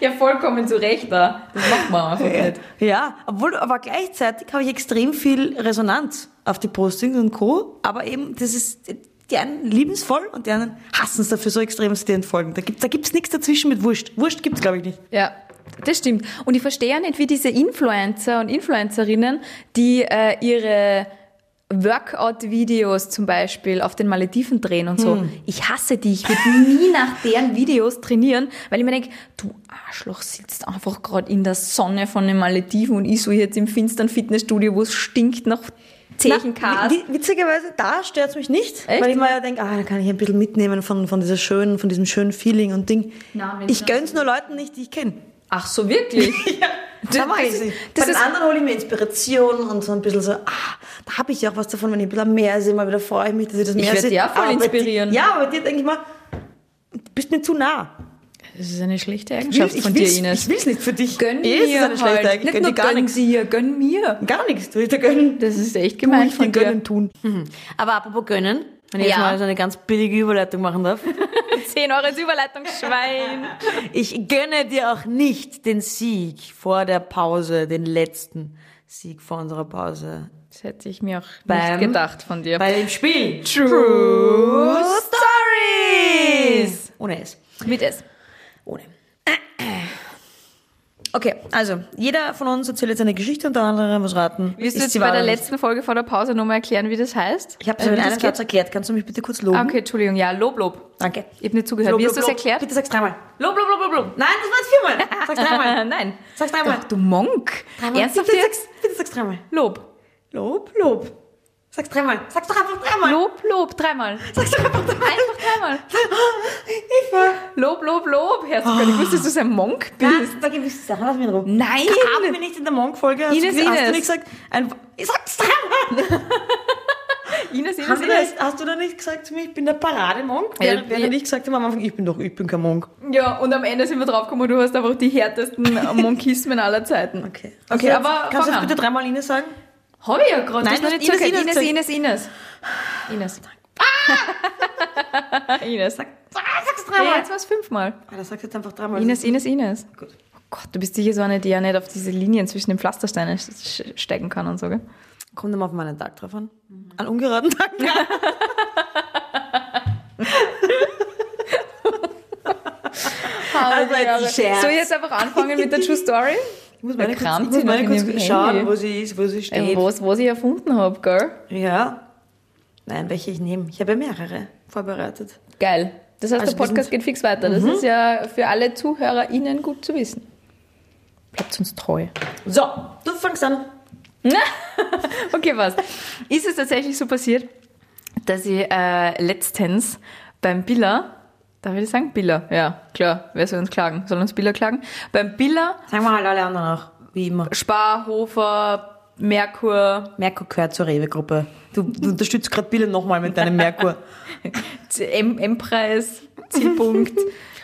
B: Ja, vollkommen zu Recht da. Das macht man einfach nicht.
C: Ja, obwohl, aber gleichzeitig habe ich extrem viel Resonanz auf die Postings und Co., aber eben, das ist, die einen lieben es voll und die anderen hassen es dafür so extrem, dass die entfolgen. Da gibt da gibt's nichts dazwischen mit Wurscht. Wurscht gibt's glaube ich, nicht.
B: Ja, das stimmt. Und ich verstehe ja nicht, wie diese Influencer und Influencerinnen, die äh, ihre Workout-Videos zum Beispiel auf den Malediven drehen und
C: Hm.
B: so. Ich hasse die. Ich würde nie nach deren Videos trainieren, weil ich mir denke, du Arschloch sitzt einfach gerade in der Sonne von den Malediven und ich so jetzt im finstern Fitnessstudio, wo es stinkt nach Zechenkars.
C: wi- Witzigerweise, da stört's mich nicht,
B: Echt?
C: weil ich mir ja denke, ah, da kann ich ein bisschen mitnehmen von, von dieser schönen, von diesem schönen Feeling und Ding.
B: Na, wenn
C: ich
B: das-
C: gönn's nur Leuten nicht, die ich kenne.
B: Ach so,
C: <laughs>
B: wirklich?
C: Da mache ich
B: das
C: sie.
B: ist- das
C: Bei den
B: ist-
C: anderen hole ich mir Inspiration und so ein bisschen so, ah, da habe ich ja auch was davon, wenn ich ein bisschen am Meer sehe, mal wieder freue ich mich, dass ich das Meer
B: werd
C: sehe.
B: die auch voll
C: Aber bei dir-
B: inspirieren.
C: Ja, aber bei dir denke ich mal, du bist mir zu nah.
B: Das ist eine schlechte
C: Ich
B: Eigenschaft von dir,
C: will's-
B: Ines.
C: Ich will es nicht für dich.
B: Gönn
C: Eh,
B: mir
C: es ist eine schlechte
B: halt.
C: Eigenschaft.
B: Nicht
C: Gönn
B: nur
C: dir gar
B: gönn
C: nichts.
B: dir, gönn mir.
C: Gar nichts. Du willst dir gönnen.
B: Das ist echt
C: Du
B: gemein
C: willst dir
B: von
C: Mhm.
B: dir.
C: gönnen tun. Aber apropos gönnen, wenn ich
B: Ja.
C: jetzt mal so eine ganz billige Überleitung machen <laughs> darf.
B: 10 Euro ist Überleitungsschwein.
C: Ich gönne dir auch nicht den Sieg vor der Pause, den letzten Sieg vor unserer Pause.
B: Das hätte ich mir auch
C: Beim-
B: nicht gedacht von dir.
C: Bei dem Spiel
B: True
C: Stories. Ohne es.
B: Mit S.
C: Ohne. Okay, also jeder von uns erzählt jetzt eine Geschichte und der andere muss raten.
B: Willst du
C: ist
B: jetzt
C: sie
B: bei
C: wahr
B: der
C: oder nicht?
B: letzten Folge vor der Pause nochmal erklären, wie das heißt?
C: Ich habe es
B: Äh,
C: in
B: wie das
C: einem
B: geht?
C: Satz erklärt. Kannst du mich bitte kurz loben?
B: Ah, Okay, Entschuldigung. Ja, Lob, Lob.
C: Danke.
B: Ich habe nicht zugehört. wie hast du es erklärt?
C: Bitte sag's dreimal.
B: Lob, Lob, Lob, Lob, Lob.
C: Nein, das war jetzt viermal. Sag's
B: <laughs>
C: dreimal.
B: Nein.
C: Sag's dreimal.
B: Doch, du Monk.
C: dreimal.
B: Ernsthaft
C: bitte,
B: jetzt?
C: sag's, bitte sag's dreimal.
B: Lob.
C: Lob, Lob. Sag's dreimal. Sag's doch einfach dreimal.
B: Lob, Lob. Dreimal.
C: Sag's doch einfach dreimal.
B: Einfach dreimal.
C: Ich war.
B: <laughs> Lob, Lob, Lob. Herzlich, ich wusste, dass du so ein Monk bist.
C: Da gib ich's. Sag, lass mich in Ruhe.
B: Nein.
C: Haben wir nicht in der Monk-Folge? Hast, du-
B: Ines,
C: hast du
B: Ines.
C: nicht gesagt? Ein, ich
B: <laughs>
C: sag's dreimal.
B: Ines, Ines,
C: Hast du,
B: Ines.
C: das, hast du da nicht gesagt zu mir, ich bin der Parademonk?
B: Ja,
C: Während,
B: ja.
C: während ich gesagt habe am Anfang, ich bin doch, ich bin kein Monk.
B: Ja, und am Ende sind wir draufgekommen, du hast einfach die
C: <laughs>
B: härtesten Monkismen aller Zeiten. Okay,
C: Also,
B: aber
C: Kannst du
B: fang
C: das
B: an.
C: bitte dreimal Ines sagen?
B: Hab ich ja gerade.
C: Nein,
B: das noch
C: du hast
B: nicht
C: Ines,
B: zugehört. Ines,
C: Ines
B: Ines, Ines. Ines. <laughs> Ines. Sag
C: Ah! Sag, sag's
B: ja,
C: dreimal.
B: jetzt war es fünfmal.
C: Ah, das sagst du jetzt einfach dreimal.
B: Ines, Ines, Ines.
C: Gut.
B: Oh Gott, du bist sicher so eine, die ja nicht auf diese Linien zwischen den Pflastersteinen sch- sch- stecken kann und so, gell?
C: Kommt immer auf meinen Tag drauf an.
B: Mhm.
C: An ungeraden Tagen. Also jetzt ein Scherz.
B: Soll ich jetzt einfach anfangen mit der True
C: <laughs>
B: Story?
C: Ich muss
B: Da
C: meine kurz,
B: kramt
C: ich muss
B: sie
C: meine
B: noch in
C: kurz
B: ihrem
C: schauen,
B: Handy.
C: wo sie ist, wo sie
B: Äh,
C: steht.
B: Was, was ich erfunden hab, gell?
C: Ja. Nein, welche ich nehme. Ich habe ja mehrere vorbereitet.
B: Geil. Das heißt,
C: Also
B: der
C: wir
B: Podcast geht fix weiter. Das ist ja für alle ZuhörerInnen gut zu wissen. Bleibt uns treu.
C: So, du fängst an.
B: Okay, was? Ist es tatsächlich so passiert, dass ich äh, letztens beim Billa Da würde ich sagen, Billa. Ja, klar. Wer soll uns klagen? Soll uns Billa klagen? Beim Billa,
C: Sagen wir halt alle anderen auch, wie immer.
B: Sparhofer, Merkur,
C: Merkur gehört zur Rewe-Gruppe. Du, du unterstützt gerade Bille nochmal mit deinem Merkur.
B: Z- M- M-Preis, Zielpunkt.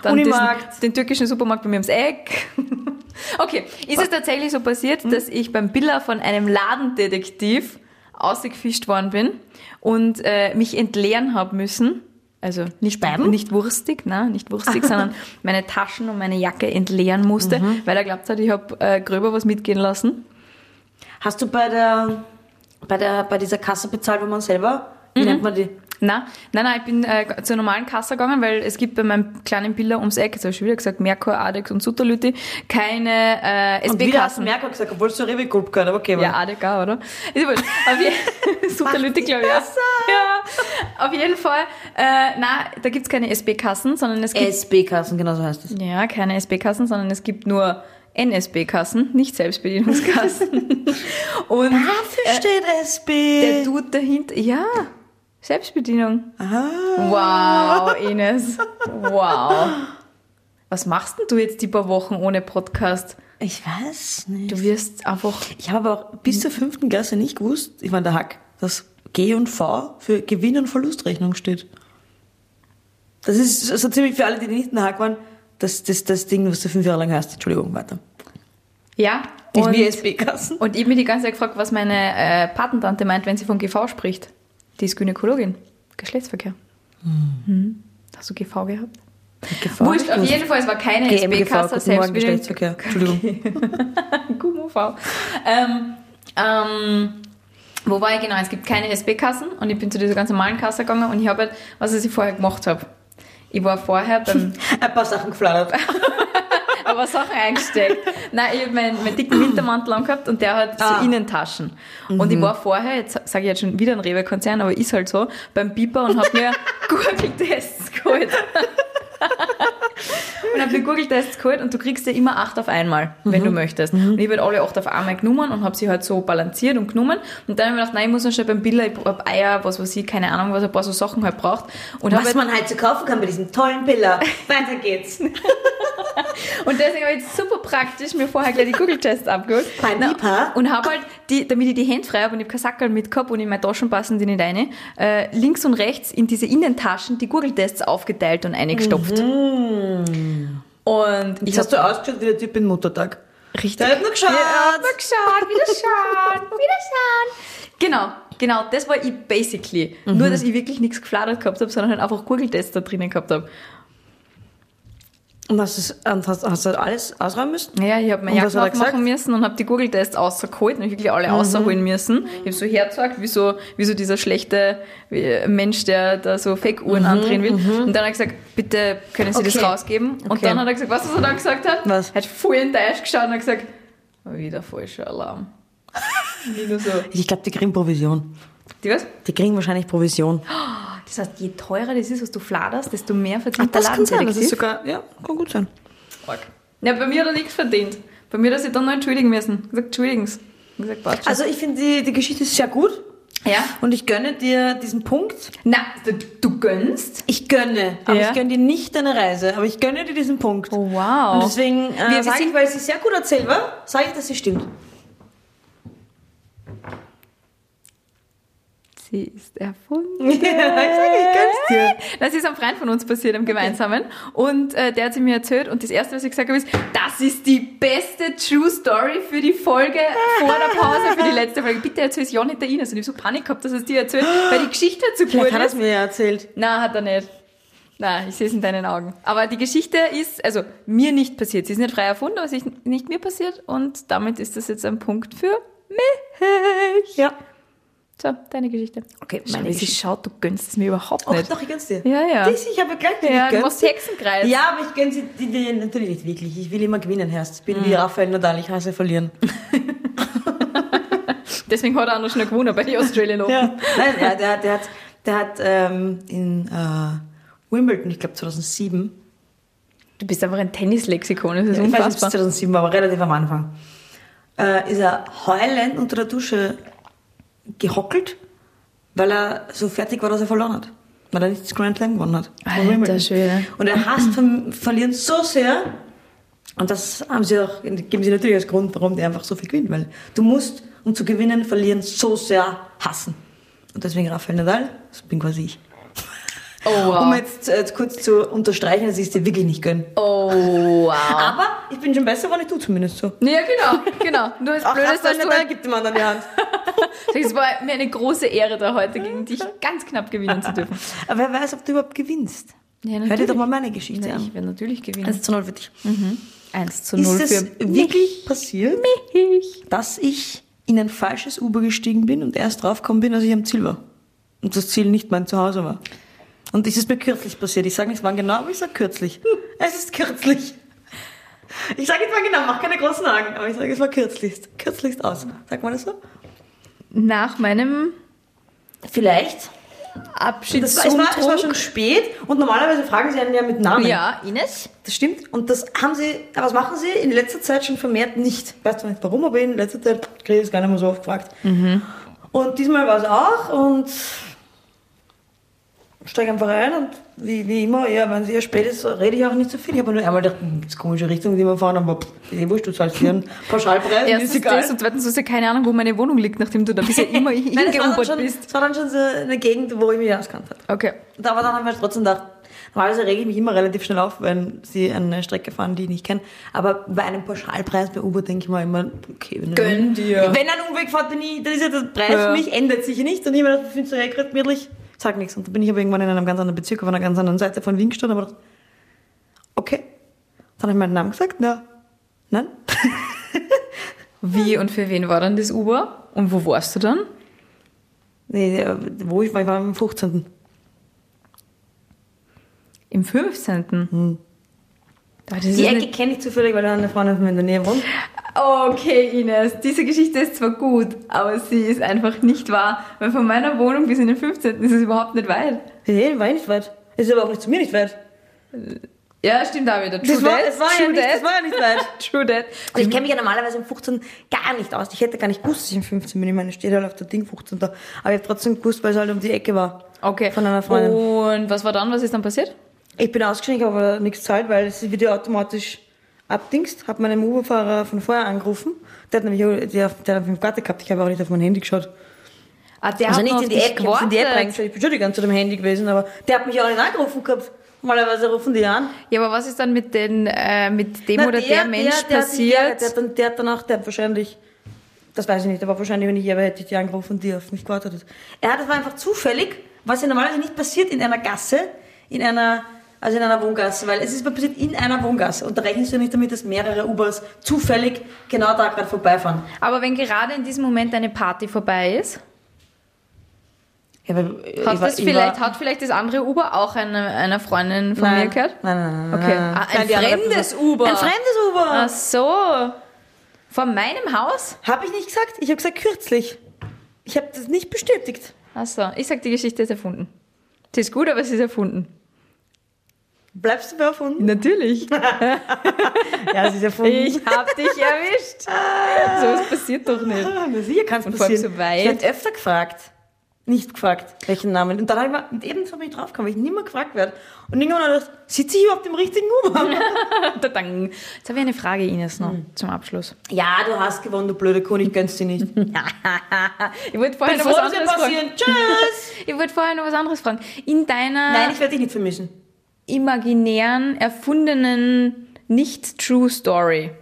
B: Dann
C: Unimarkt.
B: diesen- den türkischen Supermarkt bei mir ums Eck. <laughs> Okay, ist es tatsächlich so passiert, dass ich beim Billa von einem Ladendetektiv ausgefischt worden bin und äh, mich entleeren habe müssen. Also nicht,
C: Bleiben?
B: nicht wurstig, nein, nicht wurstig, sondern meine Taschen und meine Jacke entleeren musste, weil er glaubt hat, ich habe äh, gröber was mitgehen lassen.
C: <laughs> Hast du bei der, bei der, bei dieser Kasse bezahlt, wo man selber, wie nennt man die?
B: Na, nein, nein, ich bin äh, zur normalen Kasse gegangen, weil es gibt bei meinem kleinen Biller ums Eck, jetzt habe ich schon wieder gesagt, Merkur, Adex und Sutterlüti, keine äh,
C: Und wieder hast du
B: SB-Kassen.
C: Merkur gesagt, obwohl es zur Rewe-Gruppe gehört, aber okay.
B: Ja,
C: weil-
B: Adex auch, oder? Ist wurscht. Auf
C: <laughs>
B: je- Sutterlüti,
C: Macht's
B: glaube ich. auch. Ja, auf jeden Fall. Äh, na, da gibt's keine SB-Kassen, sondern es gibt...
C: SB-Kassen, genau so heißt es.
B: ja, keine SB-Kassen, sondern es gibt nur NSB-Kassen, nicht
C: <laughs>
B: Selbstbedienungskassen. und äh,
C: Dafür steht
B: der
C: SB.
B: Dude dahinter... Ja, Selbstbedienung. Wow, Ines. Wow. Was machst denn du jetzt die paar Wochen ohne Podcast?
C: Ich weiß nicht.
B: Du wirst einfach.
C: Ich habe aber auch bis zur fünften Klasse nicht gewusst, ich meine, der Hack, dass G und V für Gewinn- und Verlustrechnung steht. Das ist so ziemlich für alle, die nicht in der Hack waren, das, das, das Ding, was du fünf Jahre lang hast. Entschuldigung, weiter.
B: Ja.
C: Die
B: Und,
C: WSB-Kassen.
B: und ich bin die ganze Zeit gefragt, was meine äh, Patentante meint, wenn sie von GV spricht. Die ist Gynäkologin. Geschlechtsverkehr. Mhm. Hast du GV gehabt? Wurscht, auf jeden Fall, es war keine SB-Kasse, Selbstbedienung.
C: Geschlechtsverkehr. Entschuldigung.
B: <laughs> Gummov. Ähm, ähm, wo war ich genau? Es gibt keine SB-Kassen und ich bin zu dieser ganz normalen Kasse gegangen und ich habe halt, was ich vorher gemacht habe. Ich war vorher beim,
C: <laughs> Ein paar Sachen geflattert.
B: aber Sachen eingesteckt. Nein, ich habe meinen, meinen dicken Wintermantel angehabt und der hat so
C: Ah. Mhm.
B: Innentaschen. Und ich war vorher, jetzt sage ich jetzt schon wieder ein Rewe-Konzern, aber ist halt so, beim Biber und habe
C: <laughs>
B: mir Gurgeltests geholt. und habe mir Gurgeltests geholt und du kriegst ja immer acht auf einmal,
C: Mhm.
B: wenn du möchtest. Und ich habe alle acht auf einmal genommen und habe sie halt so balanciert und genommen. Und dann habe ich mir gedacht, nein, ich muss noch schnell beim Biller, ich habe Eier, was weiß ich, keine Ahnung, was ein paar so Sachen halt braucht. Und habe
C: Was man halt so kaufen kann bei diesem tollen <laughs> Pillar. Weiter geht's.
B: Und deswegen habe ich jetzt super praktisch mir vorher gleich die Google-Tests abgeholt.
C: Beim
B: Na,
C: Bipa?
B: Und habe halt, die, damit ich die Hände frei habe und ich habe keinen Sackerl mit gehabt und in meine Taschen passen die nicht rein, äh, links und rechts in diese Innentaschen die Google-Tests aufgeteilt und eingestopft. Und ich
C: Mhm. Jetzt hast
B: habe
C: du ausgeschaut wie der Typ in Muttertag.
B: richtig...
C: Der hat nur geschaut.
B: Ja, mal geschaut,
C: <laughs>
B: wieder schauen, wieder schauen. Genau, genau, das war ich basically. Nur,
C: Mhm.
B: dass ich wirklich nichts gefladert gehabt habe, sondern halt einfach Google-Tests da drinnen gehabt habe.
C: Und hast, es, und hast, hast du alles ausräumen müssen?
B: Ja, ich habe meine
C: Und was
B: Jacken
C: hat er gesagt? Mhm.
B: aufmachen müssen und habe die Google-Tests rausgeholt und hab wirklich alle rausholen müssen. Ich habe so hergezeigt, wie so, wie so dieser schlechte äh, Mensch, der da so Fake-Uhren andrehen will. Und dann hat er gesagt, bitte können Sie das
C: Mhm, Okay.
B: rausgeben. Und
C: Okay.
B: dann hat er gesagt, weißt du, was er dann gesagt hat?
C: Was?
B: Er hat voll enttäuscht geschaut und hat gesagt, wieder falscher Alarm. <laughs> Wie nur so.
C: Ich glaube, die kriegen Provision.
B: Die was?
C: Die kriegen wahrscheinlich Provision.
B: Das heißt, je teurer das ist, was du fladerst, desto mehr verdient Ladendetektiv.
C: sogar, ja, kann gut sein.
B: Arg. Ja, bei mir hat er nichts verdient. Bei mir hat er sich dann noch entschuldigen müssen. Ich gesagt, entschuldigen's. Ich gesagt, passt schon.
C: Also ich finde, die, die Geschichte ist sehr gut.
B: ja.
C: Und ich gönne dir diesen Punkt.
B: Na, du, du gönnst?
C: Ich gönne. Aber
B: Ja.
C: ich gönne dir nicht deine Reise. Aber ich gönne dir diesen Punkt.
B: Oh, wow.
C: Und deswegen,
B: Wir-
C: äh,
B: wir
C: sag
B: sind-
C: ich, weil sie sehr gut erzählt war, sage ich, dass sie stimmt.
B: Sie ist erfunden.
C: <laughs> ich sag, ich gönn's dir.
B: Das ist am Freund von uns passiert, am gemeinsamen. Und äh, der hat sie mir erzählt und das Erste, was ich gesagt habe, ist, das ist die beste True Story für die Folge vor der Pause, für die letzte Folge. Bitte erzähl es ja nicht der Ines. Und ich habe so Panik gehabt, dass er es dir erzählt, weil die Geschichte zu gut
C: Vielleicht hat er es
B: ist.
C: mir ja erzählt.
B: Nein, hat er nicht. Nein, ich sehe es in deinen Augen. Aber die Geschichte ist, also mir nicht passiert. Sie ist nicht frei erfunden, aber sie ist nicht mir passiert. Und damit ist das jetzt ein Punkt für mich.
C: Ja.
B: So, deine Geschichte. Okay,
C: meine
B: Schau, wie sie
C: Geschichte.
B: schaut, du gönnst es mir überhaupt
C: Oh,
B: nicht.
C: doch, ich gönn's dir.
B: Ja, ja.
C: Dies, ich habe gleich dir
B: ja, du
C: gegönnt.
B: machst Hexenkreis.
C: Ja, aber ich gönne sie die, die, natürlich nicht wirklich. Ich will immer gewinnen, Herz. Ich bin
B: Mhm.
C: wie Rafael Nadal, ich hasse verlieren.
B: <laughs> Deswegen hat er auch noch schnell gewonnen bei den Australian Open.
C: Nein, ja, der, der hat, der hat ähm, in äh, Wimbledon, ich glaube 2007,
B: Du bist einfach ein Tennislexikon, das ist
C: ich weiß nicht, ob es
B: unfassbar.
C: 2007 war, aber relativ am Anfang, äh, ist er heulend unter der Dusche gehockelt, weil er so fertig war, dass er verloren hat. weil er nicht das Grand Slam gewonnen hat. Von
B: Alter
C: Wimbledon.
B: Schwede.
C: Und er hasst Ver- Verlieren so sehr. Und das haben sie auch, geben sie natürlich als Grund, warum der einfach so viel gewinnt. Weil du musst, um zu gewinnen, Verlieren so sehr hassen. Und deswegen Rafael Nadal, das bin quasi ich.
B: Oh, wow.
C: Um jetzt äh, kurz zu unterstreichen, dass ich es dir wirklich nicht gönne.
B: Oh, wow.
C: Aber ich bin schon besser, wenn ich du zumindest so.
B: Ja, genau, genau. Nur das Blöde ist, dass du halt
C: gibt dem anderen die Hand.
B: <laughs> Es war mir eine große Ehre, da heute gegen dich ganz knapp gewinnen zu dürfen.
C: <laughs> Aber wer weiß, ob du überhaupt gewinnst.
B: Ja,
C: Hör dir
B: natürlich.
C: doch mal meine Geschichte
B: Ja, ich
C: an.
B: werde natürlich gewinnen.
C: Das ist zu null für dich.
B: 1 zu
C: Also, Ist
B: 0
C: es
B: für
C: wirklich passiert,
B: mich.
C: dass ich in ein falsches Uber gestiegen bin und erst draufgekommen bin, als ich am Ziel war? Und das Ziel nicht mein Zuhause war. Und es ist mir kürzlich passiert. Ich sage nicht wann genau, aber ich sage kürzlich. Es ist kürzlich. Ich sage nicht wann genau, mach keine großen Augen, aber ich sage, es war kürzlichst. Kürzlichst aus. Sagt man das so?
B: Nach meinem
C: Vielleicht. Das war, es, war, es war
B: Abschiedsuntrunk.
C: schon spät und normalerweise fragen sie einen ja mit Namen.
B: Ja, Ines?
C: Das stimmt. Und das haben sie, aber das machen sie in letzter Zeit schon vermehrt nicht. Weißt du nicht warum, aber in letzter Zeit kriege ich es gar nicht mehr so oft gefragt.
B: Mhm.
C: Und diesmal war es auch und steige einfach ein und wie, wie immer, ja, wenn es eher spät ist, rede ich auch nicht so viel. Ich habe nur einmal gedacht, hm, das ist eine komische Richtung, die wir fahren, aber pff, ist eh wurscht, du zahlst
B: <laughs>
C: hier einen Pauschalpreis, mir ist
B: Erstens
C: egal.
B: das und zweitens hast du ja keine Ahnung, wo meine Wohnung liegt, nachdem du da bisher immer <laughs>
C: Nein, das war, dann
B: hingeubert
C: schon,
B: bist.
C: das war dann schon so eine Gegend, wo ich mich auskannt habe.
B: Okay.
C: Und aber dann haben wir halt trotzdem gedacht, normalerweise rege ich mich immer relativ schnell auf, wenn sie eine Strecke fahren, die ich nicht kenne. Aber bei einem Pauschalpreis bei Uber denke ich mal immer, okay, wenn
B: Gönn dir.
C: Wenn ein Umweg fährt, bin ich, dann ist ja der Preis
B: Ja.
C: für mich, ändert sich ja nicht. Und ich habe mir gedacht, ich so, hey, gerade mittlich, sag nichts. Und dann bin ich aber irgendwann in einem ganz anderen Bezirk, auf einer ganz anderen Seite von Wien gestanden und habe gedacht, okay. Dann habe ich meinen Namen gesagt, na, nein.
B: Wie und für wen war dann das Uber? Und wo warst du dann?
C: Nee, der- wo ich war, ich war am 15.
B: Im 15. Da, das ist
C: Die
B: eine
C: Ecke kenne ich zufällig, weil da eine Freundin von mir in der Nähe wohnt.
B: Okay, Ines, diese Geschichte ist zwar gut, aber sie ist einfach nicht wahr, weil von meiner Wohnung bis in den 15. ist es überhaupt nicht weit.
C: Nee, war ich nicht weit. Ist aber auch nicht zu mir nicht weit.
B: Ja, stimmt auch wieder. True
C: Das war,
B: that,
C: es war ja
B: true
C: nicht,
B: that,
C: das war ja nicht weit.
B: <laughs> True that.
C: Und ich kenne mich ja normalerweise im 15 gar nicht aus. Ich hätte gar nicht gewusst, dass ich im 15 bin. Ich meine, steht halt auf der Ding 15 da. Aber ich habe trotzdem gewusst, weil es halt um die Ecke war.
B: Okay. Oh.
C: Von einer Freundin.
B: Und was war dann? Was ist dann passiert?
C: Ich bin ausgestiegen, ich habe aber nichts gezahlt, weil es wird ja automatisch abdingst. Habe meinen Uberfahrer von vorher angerufen. Der hat nämlich auch- der, der hat mich im Garten gehabt. Ich habe auch nicht auf mein Handy geschaut.
B: Ah, der
C: Also
B: hat
C: nicht
B: noch
C: in die
B: auf
C: App,
B: dich
C: ich hab's in die App
B: gewartet.
C: reingestellt. Ich bin schon die ganze Zeit am Handy gewesen, aber der hat mich auch nicht angerufen gehabt. Normalerweise rufen die an.
B: Ja, aber was ist dann mit, den, äh, mit dem
C: Na,
B: oder der, Mensch
C: der hat sich geärgert.
B: passiert?
C: Der hat, dann, der hat dann auch, der hat wahrscheinlich, das weiß ich nicht, aber wahrscheinlich, wenn ich hier wäre, hätte ich die angerufen, die auf mich gewartet hat. Er hat, das war einfach zufällig, was ja normalerweise nicht passiert in einer Gasse, in einer, also in einer Wohngasse, weil es ist mal passiert in einer Wohngasse und da rechnest du nicht damit, dass mehrere Ubers zufällig genau da gerade vorbeifahren.
B: aber wenn gerade in diesem Moment eine Party vorbei ist,
C: Ja, äh, weil,
B: hat, das vielleicht, hat vielleicht das andere Uber auch eine, einer Freundin von mir
C: nein, nein,
B: gehört?
C: nein, nein,
B: Okay.
C: nein.
B: Ah,
C: Nein,
B: ein
C: die andere
B: fremdes
C: Person.
B: Uber.
C: Ein fremdes Uber.
B: Ach so. Vor meinem Haus?
C: Habe ich nicht gesagt? Ich habe gesagt kürzlich. Ich habe das nicht bestätigt.
B: Ach so. Ich sag, die Geschichte ist erfunden. Sie ist gut, aber sie ist erfunden.
C: Bleibst du bei auf unten?
B: Natürlich.
C: <laughs> Ja, das ist ja voll.
B: Ich hab dich erwischt. so was passiert doch nicht. <laughs>
C: Ah, na sicher kann es
B: Und vor allem
C: passieren.
B: so weit.
C: Ich werde öfter gefragt. Nicht gefragt, welchen Namen. Und dann habe ich mal, und eben so bin ich draufgekommen, weil ich nicht mehr gefragt werde. Und irgendwann habe ich gedacht, sitze ich überhaupt im richtigen
B: <laughs>
C: Uber?
B: Tadang. Jetzt habe ich eine Frage, Ines, noch
C: Hm.
B: zum Abschluss.
C: ja, du hast gewonnen, du blöde Kuh, ich gönn's dir nicht.
B: <laughs> Ich wollte vorher, noch was
C: Bevor dir
B: anderes fragen.
C: passieren,
B: <laughs>
C: tschüss!
B: Ich wollte vorher noch was anderes fragen. In deiner
C: Nein, ich werde dich nicht vermissen.
B: imaginären, erfundenen, nicht true Story,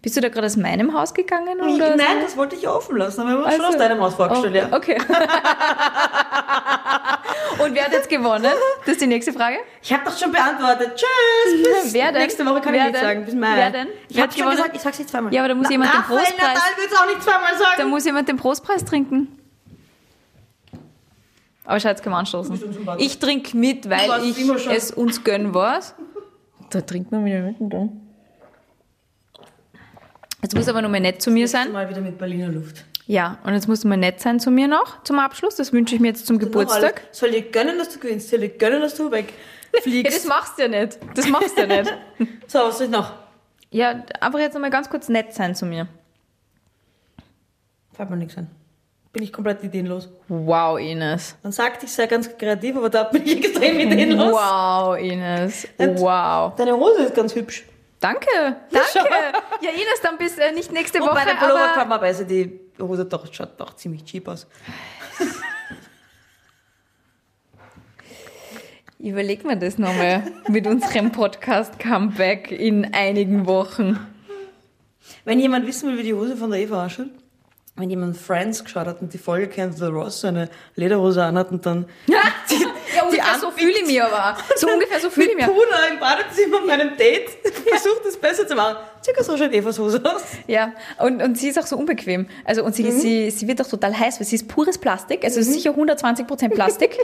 B: bist du da gerade aus meinem Haus gegangen?
C: Ich,
B: Oder
C: Hm, nein, das wollte ich ja offen lassen, aber ich habe mir schon
B: Um Also-
C: aus deinem Haus vorgestellt,
B: oh,
C: ja.
B: Okay. <laughs> Und wer hat jetzt gewonnen? Das ist die nächste Frage.
C: Ich habe das schon beantwortet,
B: <laughs>
C: tschüss! Bis
B: Wer denn?
C: Nächste Woche kann ich
B: Wer
C: nicht
B: denn?
C: sagen, bis Mai.
B: Wer denn?
C: Ich
B: Wer
C: habe
B: hat
C: schon
B: gewonnen?
C: gesagt, ich sag's nicht zweimal.
B: Ja, aber da muss
C: Na,
B: jemand den
C: Raphael
B: Großpreis-
C: Nadal wird's auch nicht zweimal
B: Da
C: sagen.
B: muss jemand den Prostpreis trinken. Aber schau, jetzt können wir anstoßen.
C: bist unsympathisch.
B: Ich trinke mit,
C: Du
B: weil
C: warst
B: ich
C: immer schon-
B: es uns gönnen was. Da trinkt man wieder mit und dann. Jetzt musst du aber noch mal nett zu mir sein.
C: Mal wieder mit Berliner Luft.
B: Ja, und jetzt musst du mal nett sein zu mir noch zum Abschluss. Das wünsche ich mir jetzt zum Geburtstag.
C: Alles. Soll dir gönnen, dass du gewinnst, soll dir gönnen, dass du
B: Ja, <laughs> das
C: wegfliegst.
B: machst du ja nicht. Das machst du <laughs> ja nicht.
C: so, was soll ich noch?
B: Ja, einfach jetzt noch mal ganz kurz nett sein zu mir.
C: Fällt mir nichts ein. bin ich komplett ideenlos.
B: Wow, Ines.
C: Man sagt, ich sei ganz kreativ, aber da bin ich extrem ideenlos.
B: Wow, Ines.
C: Und-
B: Wow.
C: Deine Hose ist ganz hübsch.
B: Danke,
C: schau.
B: danke. Ja, Ines, dann bis äh, nicht nächste
C: Und
B: Woche,
C: bei der Pullover kann
B: aber
C: man besser, die Hose doch, schaut doch ziemlich cheap aus.
B: überlegen wir das nochmal mit unserem Podcast-Comeback in einigen Wochen.
C: Wenn jemand wissen will, wie die Hose von der Eva ausschaut, wenn jemand Friends geschaut hat und die Folge kennt, der Ross so eine Lederhose anhat und dann
B: <laughs> Ja, ungefähr so fühle ich mich aber. auch. So <laughs> ungefähr so fühle ich
C: mit
B: mich.
C: Puder im Badezimmer bei einem Date <laughs> versucht, es besser zu machen. Circa so schaut Evas Hose aus.
B: Ja, und, und sie ist auch so unbequem. Also, und sie,
C: Mhm.
B: sie, sie wird auch total heiß, weil sie ist pures Plastik, also sicher 120%
C: <laughs>
B: Plastik.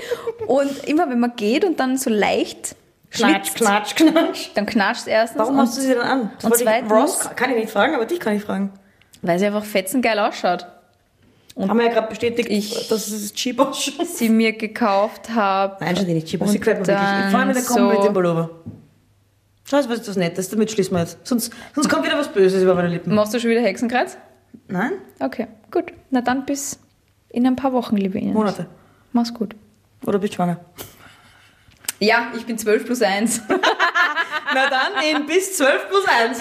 B: und immer wenn man geht und dann so leicht schwitzt,
C: klatsch, knatsch.
B: dann knatscht es erstens.
C: Warum
B: und,
C: hast du sie dann an? Das
B: und
C: wollte ich-
B: zweitens-
C: Ross kann ich nicht fragen, aber dich kann ich fragen.
B: Weil sie einfach fetzengeil ausschaut.
C: Haben wir ja gerade bestätigt,
B: Ich-
C: dass es cheap ausschaut.
B: Sie mir gekauft habe.
C: <laughs> Nein, schon nicht cheap aus.
B: Und
C: Sie gefällt mir wirklich.
B: dann
C: Ich freue mich, dann kommen wir mit
B: so-
C: dem Pullover. Schau, das ist was Nettes, damit schließen wir jetzt. Sonst, sonst kommt wieder was Böses über meine Lippen.
B: Machst du schon wieder Hexenkreuz?
C: Nein?
B: Okay, gut. Na dann bis in ein paar Wochen, liebe Ines.
C: Monate.
B: Mach's gut.
C: Oder bist du schwanger?
B: Ja, ich bin 12 plus 1.
C: Na dann, in bis 12 plus 1.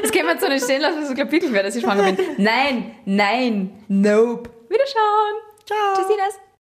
B: Das können wir jetzt so nicht stehen lassen, dass ich glaube wirklich, wer dass ich schwanger bin. Nein, nein, nope. Wiederschauen.
C: Ciao.
B: Tschüss, Ines.